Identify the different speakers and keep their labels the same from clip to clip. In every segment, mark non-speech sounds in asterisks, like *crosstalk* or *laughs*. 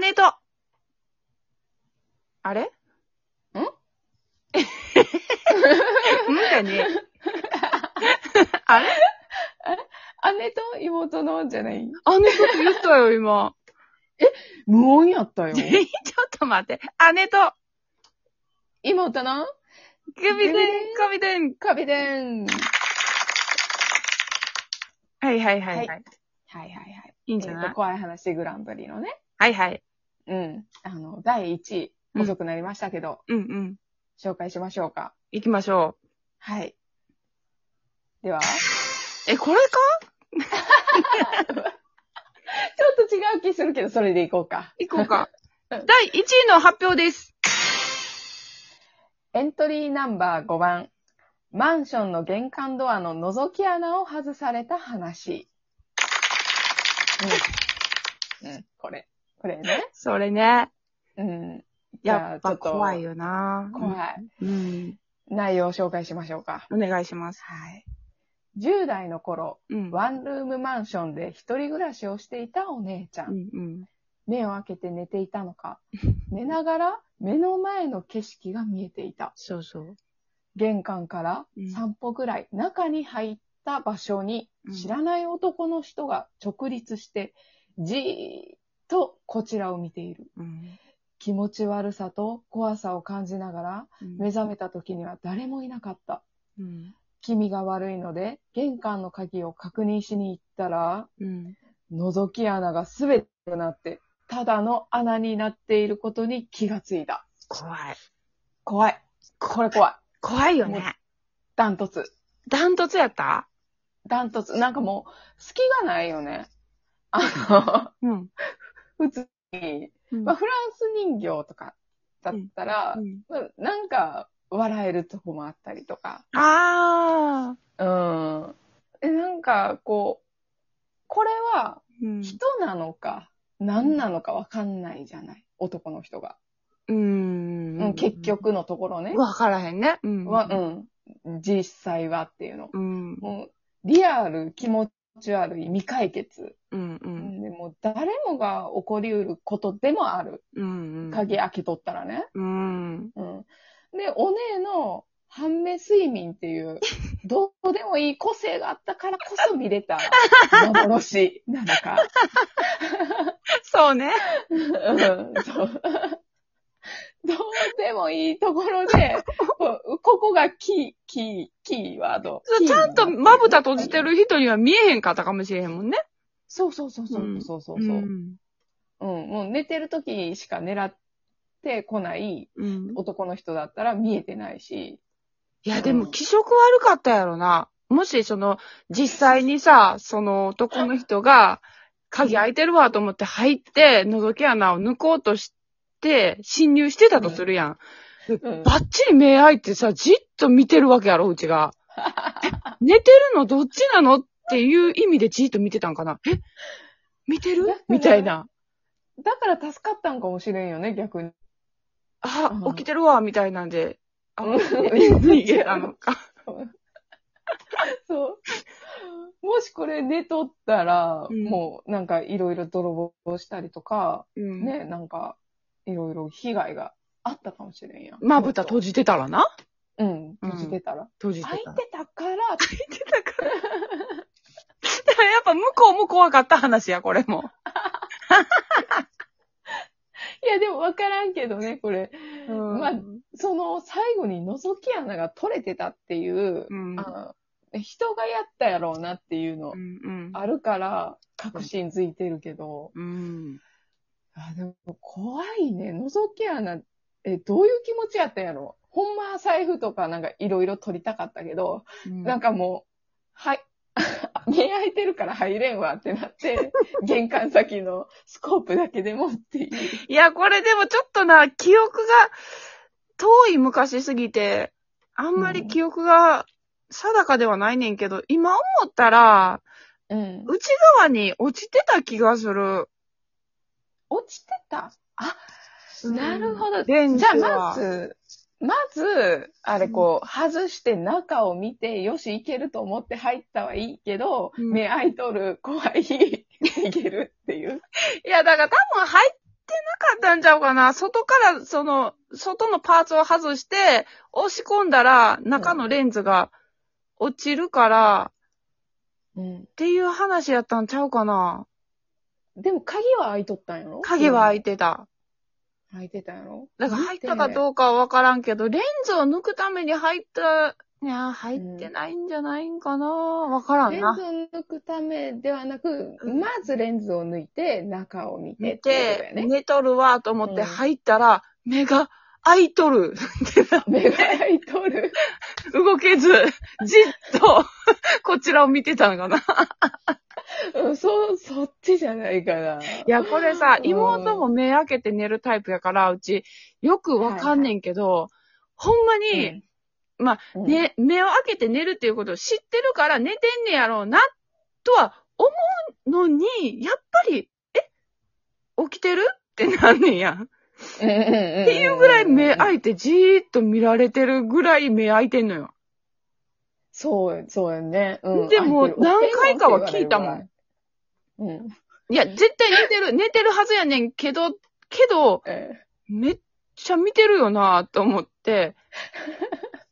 Speaker 1: 姉と、あ *laughs* れんうんだね。あれ
Speaker 2: 姉と妹のじゃない
Speaker 1: 姉とって言ったよ、今。
Speaker 2: 無音や *laughs* ったよ
Speaker 1: ちょっと待って。姉と、
Speaker 2: 妹の
Speaker 1: グビデン、グビデン。
Speaker 2: カビデン。はい
Speaker 1: はいはいはい。、
Speaker 2: はいはいはい。
Speaker 1: いんじゃ
Speaker 2: えっ
Speaker 1: な
Speaker 2: と
Speaker 1: い
Speaker 2: 怖い話グランプリのね。
Speaker 1: はいはい。
Speaker 2: うん。あの、第1位、
Speaker 1: うん
Speaker 2: 遅くなりましたけど、
Speaker 1: うんうん。
Speaker 2: 紹介しましょうか。
Speaker 1: 行きましょ
Speaker 2: はい。では、
Speaker 1: う。え、これか
Speaker 2: ちょっと違う気するけど、それでいこうか。
Speaker 1: 行こう
Speaker 2: *laughs*
Speaker 1: か。
Speaker 2: う
Speaker 1: 第
Speaker 2: ん
Speaker 1: 1位の発表です。
Speaker 2: エントリーナンバー5番。マンションの玄関ドアの覗き穴を外された *laughs* 話。うん。うん、これ。これね。
Speaker 1: それね。
Speaker 2: うん。じゃ
Speaker 1: や
Speaker 2: あ
Speaker 1: っぱ怖いよな。
Speaker 2: 怖い。
Speaker 1: うん。
Speaker 2: 内容を紹介しましょうか。
Speaker 1: お願いします。
Speaker 2: はい。10代の頃、
Speaker 1: うん。
Speaker 2: ワンルームマンションで一人暮らしをしていたお姉ちゃ。
Speaker 1: うんん
Speaker 2: 目を開けて寝ていたのか、寝ながら目の前の景色が見えていた。
Speaker 1: そうそう。
Speaker 2: 玄関から
Speaker 1: うん
Speaker 2: 散歩ぐらい中に入った場所に
Speaker 1: うん
Speaker 2: 知らない男の人が直立してじーっとこちらを見ている。
Speaker 1: うん。
Speaker 2: 気持ち悪さと怖さを感じながら目覚めた時には誰もいなかった。
Speaker 1: うん。
Speaker 2: 気味が悪いので玄関の鍵を確認しに行ったら
Speaker 1: うん。
Speaker 2: 覗き穴がすべてなくなってただの穴になっていることに気がついた。
Speaker 1: 怖い。
Speaker 2: 怖い。これ怖い。
Speaker 1: 怖いよね。
Speaker 2: ダントツ。
Speaker 1: ダントツやった
Speaker 2: ダントツ。なんかもう、隙がないよね。あ
Speaker 1: うん。
Speaker 2: の、普通に、
Speaker 1: うん
Speaker 2: まあ、フランス人形とかだったら、まあなんか、笑えるとこもあったりとか。
Speaker 1: ああ。
Speaker 2: うん。え、なんか、こう、これは
Speaker 1: うん
Speaker 2: 人なのか、何なのかわかんないじゃない。男の人が。
Speaker 1: うん
Speaker 2: うん、結。局のところね。
Speaker 1: わからへんね。うん。
Speaker 2: は、うん。実際はっていうの。
Speaker 1: うん。
Speaker 2: もう、リアル、気持ち悪い、未解決。
Speaker 1: うん。うん。
Speaker 2: でも誰もが起こりうることでもある。
Speaker 1: うん。
Speaker 2: 鍵開けとったらね。
Speaker 1: うん。
Speaker 2: うん。で、お姉の半目睡眠っ
Speaker 1: *laughs*
Speaker 2: ていう、どうでもいい個性があったからこそ見れた幻なのか。
Speaker 1: そうね。
Speaker 2: うん、そう。 *laughs* どうでもいいところで、こうここがキー、キー、キーワード。
Speaker 1: ちゃんとまぶた閉じてる人には見えへんかったかもしれへんもんね。
Speaker 2: そうそうそうそううんそうそうそう。うん、もう寝てる時しか狙ってこない
Speaker 1: うん。
Speaker 2: 男の人だったら見えてないし。
Speaker 1: いや、でも気色悪かったやろな。もし、その、実際にさ、その男の人が、鍵開いてるわと思って入って、覗き穴を抜こうとして、侵入してたとするやん。
Speaker 2: うん
Speaker 1: バッチリ目開いてさ、じっと見てるわけやろ、うち
Speaker 2: *laughs*
Speaker 1: が。え寝てるのどっちなのっていう意味でじっと見てたんかな。え見てる
Speaker 2: だから
Speaker 1: みたいな。
Speaker 2: だから助かったんかもしれんよね、逆に。 *laughs*
Speaker 1: あ
Speaker 2: う、ん
Speaker 1: 起きてるわ、みたいなんで。あ、
Speaker 2: うん
Speaker 1: *laughs* 逃げたの
Speaker 2: *laughs*
Speaker 1: か。
Speaker 2: そう。もしこれ寝とったら、
Speaker 1: うん
Speaker 2: もうなんかいろいろ泥棒したりとか、
Speaker 1: うん
Speaker 2: ね、なんかいろいろ被害があったかもしれんやん。
Speaker 1: まぶた閉
Speaker 2: じ。
Speaker 1: じてたらな
Speaker 2: うん、閉じてたら。
Speaker 1: 閉じてた
Speaker 2: 開い
Speaker 1: ら。
Speaker 2: てたから、
Speaker 1: だから。だ *laughs* からやっぱ向こうも怖かった話や、これも。
Speaker 2: いやでもわからんけどね、これ。
Speaker 1: うん
Speaker 2: まあその最後に覗き穴が取れてたっていう、
Speaker 1: うん。
Speaker 2: あの人がやったやろうなっていうの
Speaker 1: うん。
Speaker 2: あるから、確信づいてるけど、
Speaker 1: うん。
Speaker 2: あでも怖いね。覗き穴、え、どういう気持ちやったんやろほんまは財布とかなんかいろいろ取りたかったけど、なん
Speaker 1: か、
Speaker 2: かもう、はい、 *laughs* 目開いてるから入れんわってな *laughs* って、玄関先のスコープだけでもっていう。
Speaker 1: いや、これでもちょっとな、記憶が遠い昔すぎて、あんまり記憶が定かではないねんけど、今思ったら、
Speaker 2: うん。
Speaker 1: 内側に落ちてた気がする。
Speaker 2: 落ちてたあ、なるほど。じ
Speaker 1: 電
Speaker 2: ゃ
Speaker 1: 池
Speaker 2: あま
Speaker 1: は
Speaker 2: ず、まず、あれこう、外して中を見て、よし、いけると思って入ったはいいけど、
Speaker 1: うん
Speaker 2: *laughs* 目開いとる、怖い、逃げるっていう。
Speaker 1: いや、だから多分入ってったんちゃうかな。外から、その、外のパーツを外して、押し込んだら、中のレンズが落ちるから、
Speaker 2: うん。
Speaker 1: っていう話やったんちゃうかな。
Speaker 2: でも鍵は開いとったんやろ
Speaker 1: 鍵は開い
Speaker 2: て。
Speaker 1: てた。
Speaker 2: 開いてたんやろ
Speaker 1: だから入ったかどうかはわからんけど、レンズを抜くために入った、いや、入ってないんじゃないんかな。わから
Speaker 2: レ
Speaker 1: ん
Speaker 2: ン
Speaker 1: な
Speaker 2: ズ。を抜くためではなく、
Speaker 1: うん
Speaker 2: まずレンズを抜いて、中を見て
Speaker 1: 寝
Speaker 2: っていうことだ
Speaker 1: て
Speaker 2: よ、ね。
Speaker 1: 寝とるわと思って
Speaker 2: うん
Speaker 1: 入ったら、目が開いとる。 *laughs*
Speaker 2: 目が開いとる。
Speaker 1: 動け *laughs* ず、じっと、 *laughs* こちらを見てたのかな。い
Speaker 2: うんそう、そっちじゃないかな。
Speaker 1: や、これさ
Speaker 2: う、ん
Speaker 1: 妹も目開けて寝るタイプやから、うち、よくわかんねんけど、ほんまに、
Speaker 2: うん
Speaker 1: まあ、
Speaker 2: うん、
Speaker 1: ね、目を開けて寝るっていうことを知ってるから寝てんねやろうな、とは思うのに、やっぱり、え起きてるってなんねんやん。っ
Speaker 2: うんうんうんうん、って
Speaker 1: いうぐらい目開いてじーっと見られてるぐらい目開いてんのよ。
Speaker 2: そう、そうやね。うん、
Speaker 1: でも
Speaker 2: 開いてる
Speaker 1: 何回かは聞いたもん。
Speaker 2: うん。
Speaker 1: いや、絶対寝てる、寝てるはずやねんけど、けど、
Speaker 2: え
Speaker 1: めっちゃ見てるよなと思って、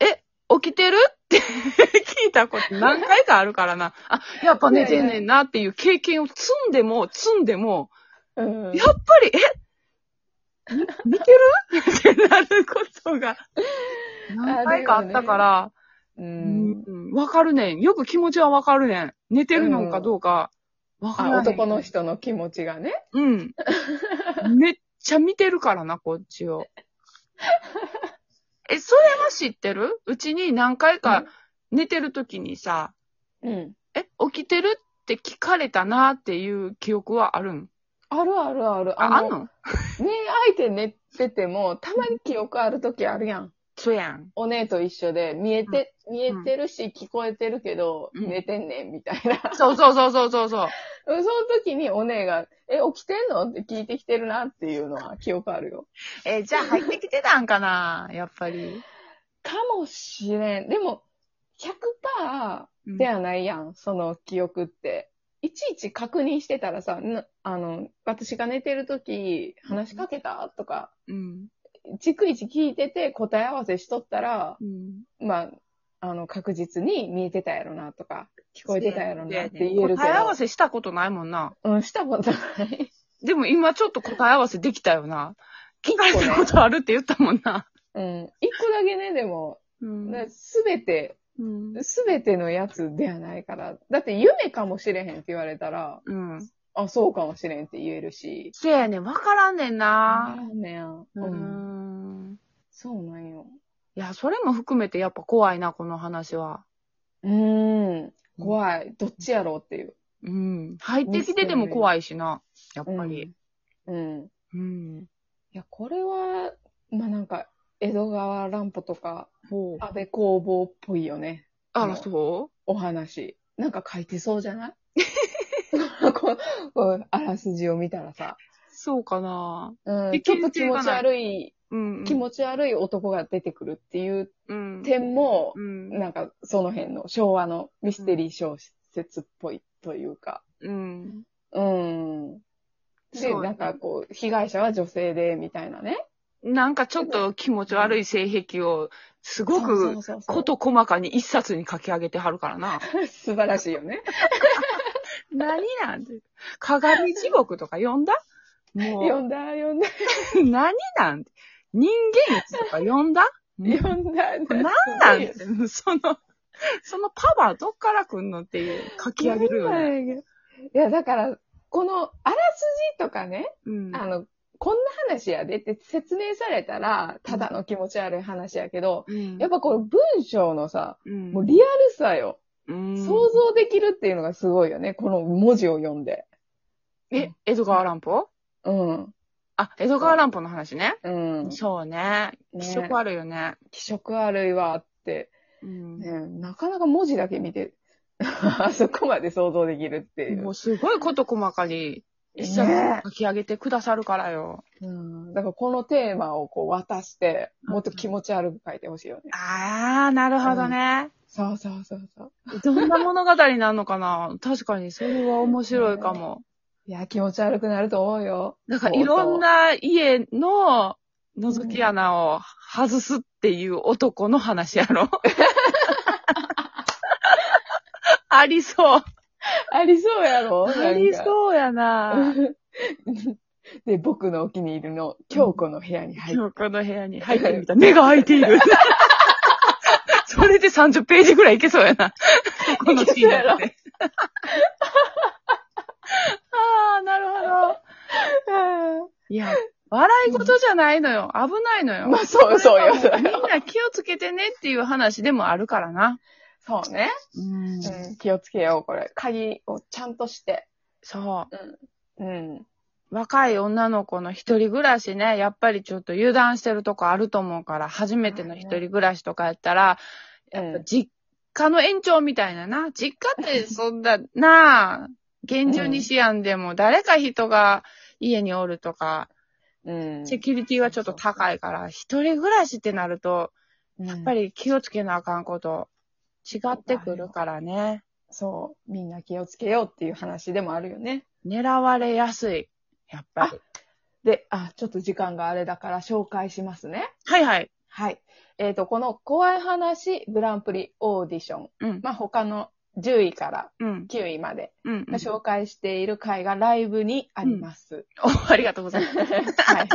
Speaker 1: え、起きてるって聞いたこと何回かあるからな。あ、やっぱ寝てんねんなっていう経験を積んでも、積んでも、
Speaker 2: えうん
Speaker 1: やっぱり、え見てるってなることが、何回かあったから、
Speaker 2: う。
Speaker 1: うんんわ、かるねん。よく気持ちはわかるねん。寝てるのかどうか、わから
Speaker 2: あ、
Speaker 1: ない。
Speaker 2: 男の人の気持ちがね。
Speaker 1: うん。めっちゃ見てるからな、こっちを。 *laughs* え、それは知ってるうちに何回か寝てる時にさ、
Speaker 2: うん。
Speaker 1: え、起きてるって聞かれたなっていう記憶はあるん
Speaker 2: あるあるある。
Speaker 1: あ、あん
Speaker 2: の
Speaker 1: の
Speaker 2: 目開いて寝てても、たまに記憶ある時あるやん。
Speaker 1: そうやん。
Speaker 2: お姉と一緒で、見えて、見えてるし、聞こえてるけど、
Speaker 1: うん
Speaker 2: 寝てんねん、みたいな。
Speaker 1: *laughs*
Speaker 2: *laughs*
Speaker 1: そうそうそうそうそうそう。
Speaker 2: うんその時にお姉が、え、起きてんのって聞いてきてるなっていうのは記憶あるよ。
Speaker 1: え、じゃあ入ってきてたんかなやっぱり。
Speaker 2: かもしれん。でも、100%
Speaker 1: うん
Speaker 2: ではないやん、その記憶って。いちいち確認してたらさ、なあの、私が寝てる時、話しかけたとか、
Speaker 1: うん。
Speaker 2: 逐一聞いてて答え合わせしとったら、
Speaker 1: うん。
Speaker 2: まあ、あの、確実に見えてたやろなとか、聞こえてたやろなって言えるけど。
Speaker 1: 答え合わせしたことないもんな。
Speaker 2: うん、したことない。
Speaker 1: でも今ちょっと答え合わせできたよな。聞かれたことあるって言ったもんな。
Speaker 2: うん。一個だけね、でも、
Speaker 1: うん
Speaker 2: すべて、
Speaker 1: うん。
Speaker 2: すべてのやつではないから。だって夢かもしれへんって言われたら、
Speaker 1: うん。
Speaker 2: あ、そうかもしれんって言えるし。
Speaker 1: せやねん、わからんねんな。
Speaker 2: ーねやん。
Speaker 1: う
Speaker 2: うん。
Speaker 1: ん。
Speaker 2: そうなんよ。
Speaker 1: いや、それも含めてやっぱ怖いな、この話は。
Speaker 2: うーん。怖い。どっちやろうっていう。
Speaker 1: うん。入ってきてても怖いしな、やっぱり。
Speaker 2: うん。うん。
Speaker 1: うん。
Speaker 2: いや、これは、まあ、なんか、江戸川乱歩とか、
Speaker 1: ほう。
Speaker 2: 安倍工房っぽいよね。
Speaker 1: あら、そ
Speaker 2: お話。なんか書いてそうじゃない *laughs* こうこう、あらすじを見たらさ。
Speaker 1: うそうかな。
Speaker 2: うん。
Speaker 1: で
Speaker 2: ちょっと気
Speaker 1: 研究
Speaker 2: 持ち
Speaker 1: がない
Speaker 2: 悪い、
Speaker 1: うんうん。
Speaker 2: 気持ち悪い男が出てくるっていう
Speaker 1: うん。
Speaker 2: 点も、
Speaker 1: うん。
Speaker 2: なんかその辺の昭和のミステリー小説っぽいというか。
Speaker 1: うん。
Speaker 2: うん。で、
Speaker 1: そう
Speaker 2: なんかこう、被害者は女性で、みたいなね。
Speaker 1: なんかちょっと気持ち悪い性癖を、すご
Speaker 2: そ
Speaker 1: く
Speaker 2: う、そうそうそう
Speaker 1: こと細かに一冊に書き上げてはるから
Speaker 2: *laughs*
Speaker 1: な。
Speaker 2: 素晴らしいよね。
Speaker 1: 何なんて。鏡地獄とか読んだもう。
Speaker 2: 読んだ、読んだ、
Speaker 1: 何なんて人間術とか呼んだ
Speaker 2: 読んだ。
Speaker 1: 何なんてその、そのパワーどっから来んのっていう、書き上げるよね。
Speaker 2: ね。いや、だから、この、あらすじとかね、
Speaker 1: うん。
Speaker 2: あの、こんな話やでって説明されたら、ただの気持ち悪い話やけど、
Speaker 1: うん
Speaker 2: やっぱこの文章のさ、
Speaker 1: うん
Speaker 2: もうリアルさよ。
Speaker 1: うん
Speaker 2: 想像できるっていうのがすごいよね。この文字を読んで。
Speaker 1: え、江戸川乱歩
Speaker 2: うん。
Speaker 1: あ、江戸川乱歩の話ね。
Speaker 2: うん。
Speaker 1: そうね。
Speaker 2: ね
Speaker 1: 気色悪いよね。
Speaker 2: 気色悪いわって、
Speaker 1: うん
Speaker 2: ね、なかなか文字だけ見て、 *laughs* あそこまで想像できるっていう
Speaker 1: もう。すごいこと細かに、一冊
Speaker 2: ね
Speaker 1: 書き上げてくださるからよ。
Speaker 2: うん。だからこのテーマをこう渡して、もっと気持ち悪く書いてほしいよね。
Speaker 1: あー、なるほどね。
Speaker 2: そうそうそうそう。
Speaker 1: どんな物語なのかな確かに、それは面白いかも。
Speaker 2: いや、気持ち悪くなると思うよ。
Speaker 1: だからいろんな家の覗き穴を外すっていう男の話や
Speaker 2: *laughs*
Speaker 1: ろ。ありそう。
Speaker 2: ありそうやろ
Speaker 1: あり
Speaker 2: う。
Speaker 1: そうやな。
Speaker 2: *laughs* で、僕のお気に入りの京子の部屋に入って、
Speaker 1: 今日この部屋に入ってみた。目が開いている。 *laughs* それで30ページぐらいいけそうやな。このシーンだって。ああ、なるほど。いや、笑い事じゃないのよ。危ないのよ。
Speaker 2: まあ、そう、そうよ。
Speaker 1: みんな気をつけてねっていう話でもあるからな。
Speaker 2: そうね、
Speaker 1: うん
Speaker 2: うん。気をつけよう、これ。鍵をちゃんとして。
Speaker 1: そ
Speaker 2: うん。
Speaker 1: う。若い女の子の一人暮らしね、やっぱりちょっと油断してるとこあると思うから、初めての一人暮らしとかやったら、
Speaker 2: う
Speaker 1: やっぱ
Speaker 2: ん、
Speaker 1: 実家の延長みたいなな。実家ってそんな、なあ、厳重にしやんでも、誰か人が家におるとか、
Speaker 2: うん。
Speaker 1: セキュリティはちょっと高いから、一人暮らしってなると、やっぱ
Speaker 2: り。
Speaker 1: り気をつけなあかんこと、違ってくるからね。
Speaker 2: そう。みんな気をつけようっていう話でもあるよね。
Speaker 1: 狙われやすい。やっぱり。
Speaker 2: で、あ、ちょっと時間があれだから紹介しますね。
Speaker 1: はいはい。
Speaker 2: はい。えっ、と、この怖い話グランプリオーディション。
Speaker 1: うん。
Speaker 2: まあ、他の10位から
Speaker 1: うん。
Speaker 2: 9位まで
Speaker 1: うん。
Speaker 2: が紹介している回がライブにあります。
Speaker 1: *laughs* お、ありがとうございます。
Speaker 2: *laughs* はい。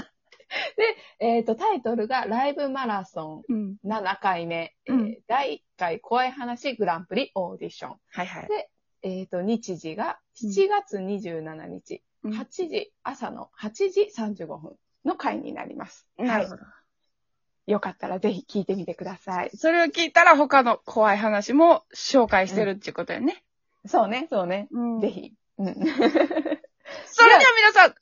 Speaker 2: で、えっ、と、タイトルがライブマラソ
Speaker 1: うん。
Speaker 2: ン7回目、
Speaker 1: うん
Speaker 2: えー第1回怖い話グランプリオーディション。
Speaker 1: はいはい。
Speaker 2: えっ、と、日時が7月27日、
Speaker 1: うん
Speaker 2: 8時、朝の8時35分の回になります。
Speaker 1: なる
Speaker 2: は
Speaker 1: ほど。
Speaker 2: い。よかったらぜひ聞いてみてください。
Speaker 1: それを聞いたら他の怖い話も紹介してるっていうことやね。
Speaker 2: そうね、そうね。
Speaker 1: うん
Speaker 2: ぜひ。うん。
Speaker 1: それでは皆さん、